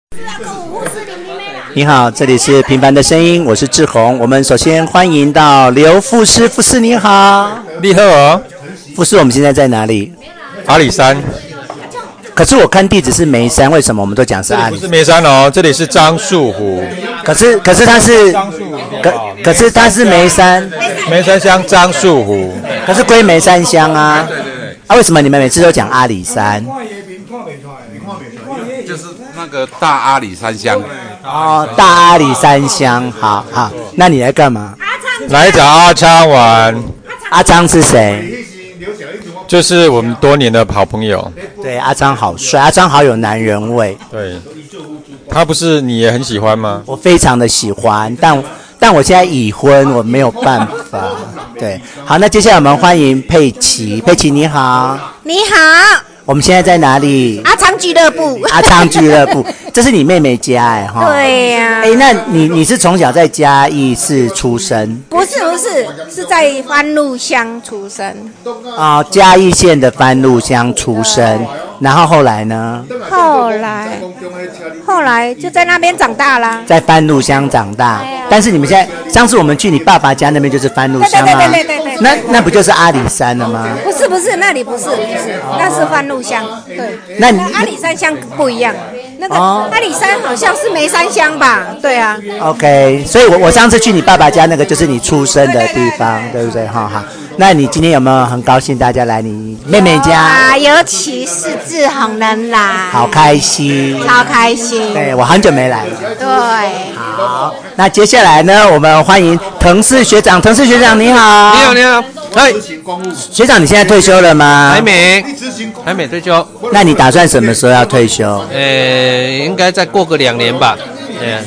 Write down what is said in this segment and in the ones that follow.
啊你好，这里是《平凡的声音》，我是志宏。我们首先欢迎到刘富师，富师你好，你好、哦，富师，我们现在在哪里？阿里山。可是我看地址是眉山，为什么我们都讲是阿不里是？眉山哦，这里是樟树湖，可是可是它是，可可是它是眉山，眉山乡樟树湖。可是归眉山乡啊。啊，为什么你们每次都讲阿里山？就是那个大阿里山乡，哦，大阿里山乡，好好。那你来干嘛？来找阿昌玩，阿张是谁？就是我们多年的好朋友。对，阿张好帅，阿张好有男人味，对，他不是你也很喜欢吗？我非常的喜欢，但但我现在已婚，我没有办法。对，好，那接下来我们欢迎佩奇，佩奇你好，你好，我们现在在哪里？阿昌俱乐部。阿昌俱乐部，这是你妹妹家哎哈。 对呀、哎、那你你是从小在嘉义市出生不是不是，是在番路乡出生，啊、嘉义县的番路乡出生，然后后来呢，后来后来就在那边长大啦。在番路乡长大。但是你们现在，上次我们去你爸爸家那边就是番路乡对啊，对对对对对那那不就是阿里山了吗？不是不是，那里不是，不是那是番路乡。对，那你跟阿里山乡不一样，那个哦阿里山好像是梅山乡吧？对啊， OK，所以我我上次去你爸爸家那个就是你出生的地方，对不对？哈哈。那你今天有没有很高兴大家来你妹妹家？啊，尤其是志宏能来，好开心。超开心。对我很久没来了。对，好，那接下来呢，我们欢迎滕氏学长。滕氏学长你好。你好，你好，哎，学长，你现在退休了吗？还。没，还没退休，那你打算什么时候要退休？呃，应该再过个两年吧，嗯，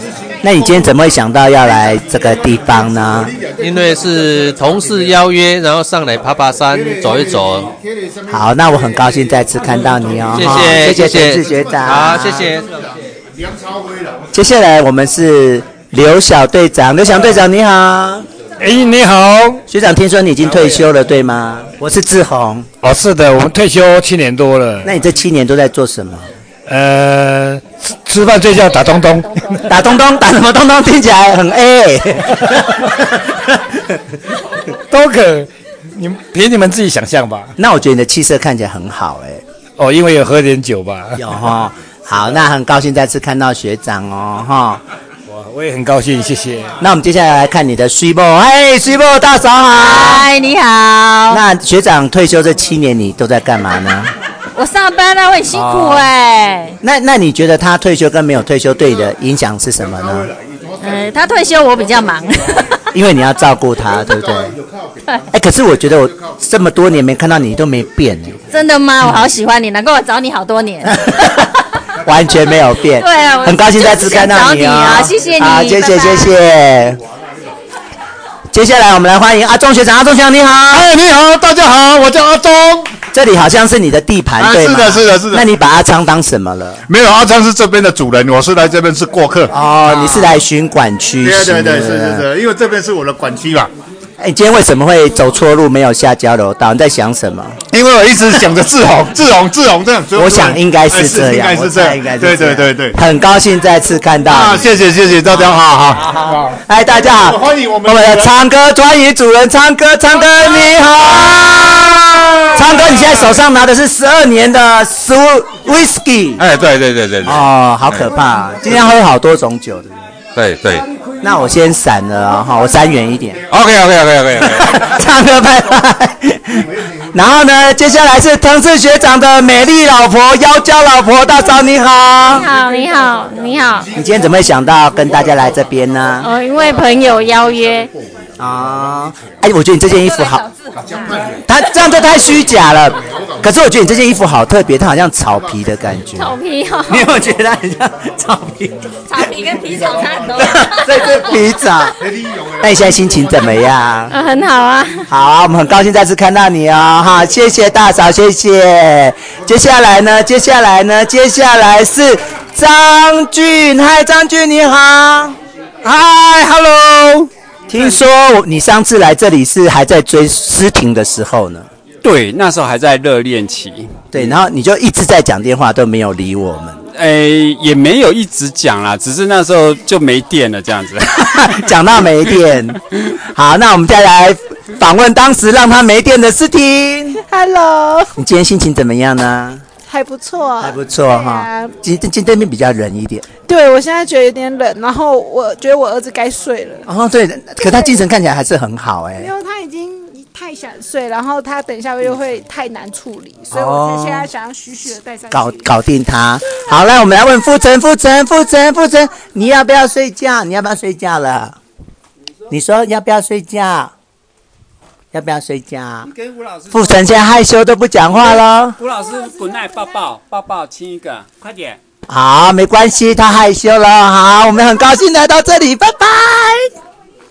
那你今天怎么会想到要来这个地方呢？因为是同事邀约，然后上来爬爬山，走一走，好，那我很高兴再次看到你哦。谢哈谢，谢谢滕氏学长。好，谢谢。接下来我们是刘小队长，刘小队长你好，哎，你好，学长，听说你已经退休了，对吗？我是志宏，哦，是的，我们退休七年多了，那你这七年都在做什么？呃，吃吃饭睡觉打东东，打东东，打什么东东？听起来很 A。 都可，你们凭你们自己想象吧。那我觉得你的气色看起来很好、哎，哦，因为有喝点酒吧，有哈。好，那很高兴再次看到学长哦，哈。我我也很高兴，谢谢。那我们接下来来看你的虚报，哎，虚报大嫂好。嗨，你好，那学长退休这七年，你都在干嘛呢？我上班啊了，我很辛苦啊哎、那那你觉得他退休跟没有退休对你的影响是什么呢？呃，他退休，我比较忙。 因为你要照顾他，对不对？哎，可是我觉得我这么多年没看到你都没变， 真的吗？我好喜欢你，难怪我找你好多年。完全没有变。对啊我很高兴再次看到你就是想啊！找你啊谢谢你好，谢谢拜拜谢谢。接下来我们来欢迎阿钟学长，阿钟学长你好，哎，你好，大家好，我叫阿忠。这里好像是你的地盘，啊对吗是的是的是的那你把阿昌当什么了？没有，阿昌是这边的主人，我是来这边是过客。哦，你是来巡管区？对对对，不是是。是，因为这边是我的管区嘛。哎，你今天为什么会走错路，没有下交流道？你在想什么？因为我一直想着志宏，志宏，志宏这样，所以我想应该是这应样，该我哎是这猜样，应该是对这对样对对。很高兴再次看到啊，你谢谢谢谢大家，好好好，哎，大家好，欢迎我们我们的昌哥，欢迎主人昌哥，昌哥你好，昌哥，你现在手上拿的是十二年的 s whisky，哎，对对对对对哦，好可怕、哎今天喝好多种酒的。对对那我先闪了啊哈、我闪远一点。 ，OK OK OK OK， 昌哥拜拜。然后呢，接下来是藤氏学长的美丽老婆妖娇老婆，大嫂你好。你好，你好，你好。你今天怎么会想到跟大家来这边呢？哦，因为朋友邀约，啊、哎，我觉得你这件衣服好，它这样就太虚假了。可是我觉得你这件衣服好特别，它好像草皮的感觉。草皮 哦，你有没有觉得它很像草皮？草皮跟皮草差很多这是皮草。那你现在心情怎么样？呃，很好啊。好，我们很高兴再次看到你哦，哈，谢谢大嫂，谢谢。接下来呢？接下来呢？接下来是张俊，嗨，张俊你好，嗨，hello。听说我你上次来这里是还在追诗婷的时候呢，对，那时候还在热恋期。嗯对，然后你就一直在讲电话，都没有理我们。 诶、哎也没有一直讲啦，只是那时候就没电了这样子。 讲到没电，好，那我们再来访问当时让他没电的事情。 Hello，你今天心情怎么样呢？还不错，还不错哈，今今今天比较冷一点。对我现在觉得有点冷，然后我觉得我儿子该睡了，哦，对，可他精神看起来还是很好哎、因为他已经太想睡，然后他等一下又会太难处理，所以我就现在想要徐徐的带上去。搞搞定他。好，来，我们来问傅晨，傅晨，傅晨，傅晨，你要不要睡觉？你要不要睡觉了？你说要不要睡觉？要不要睡觉？跟吴老师傅晨现在害羞都不讲话喽。吴老师滚来抱抱，抱抱亲一个，快点。好，没关系，他害羞了。好，我们很高兴来到这里，拜拜。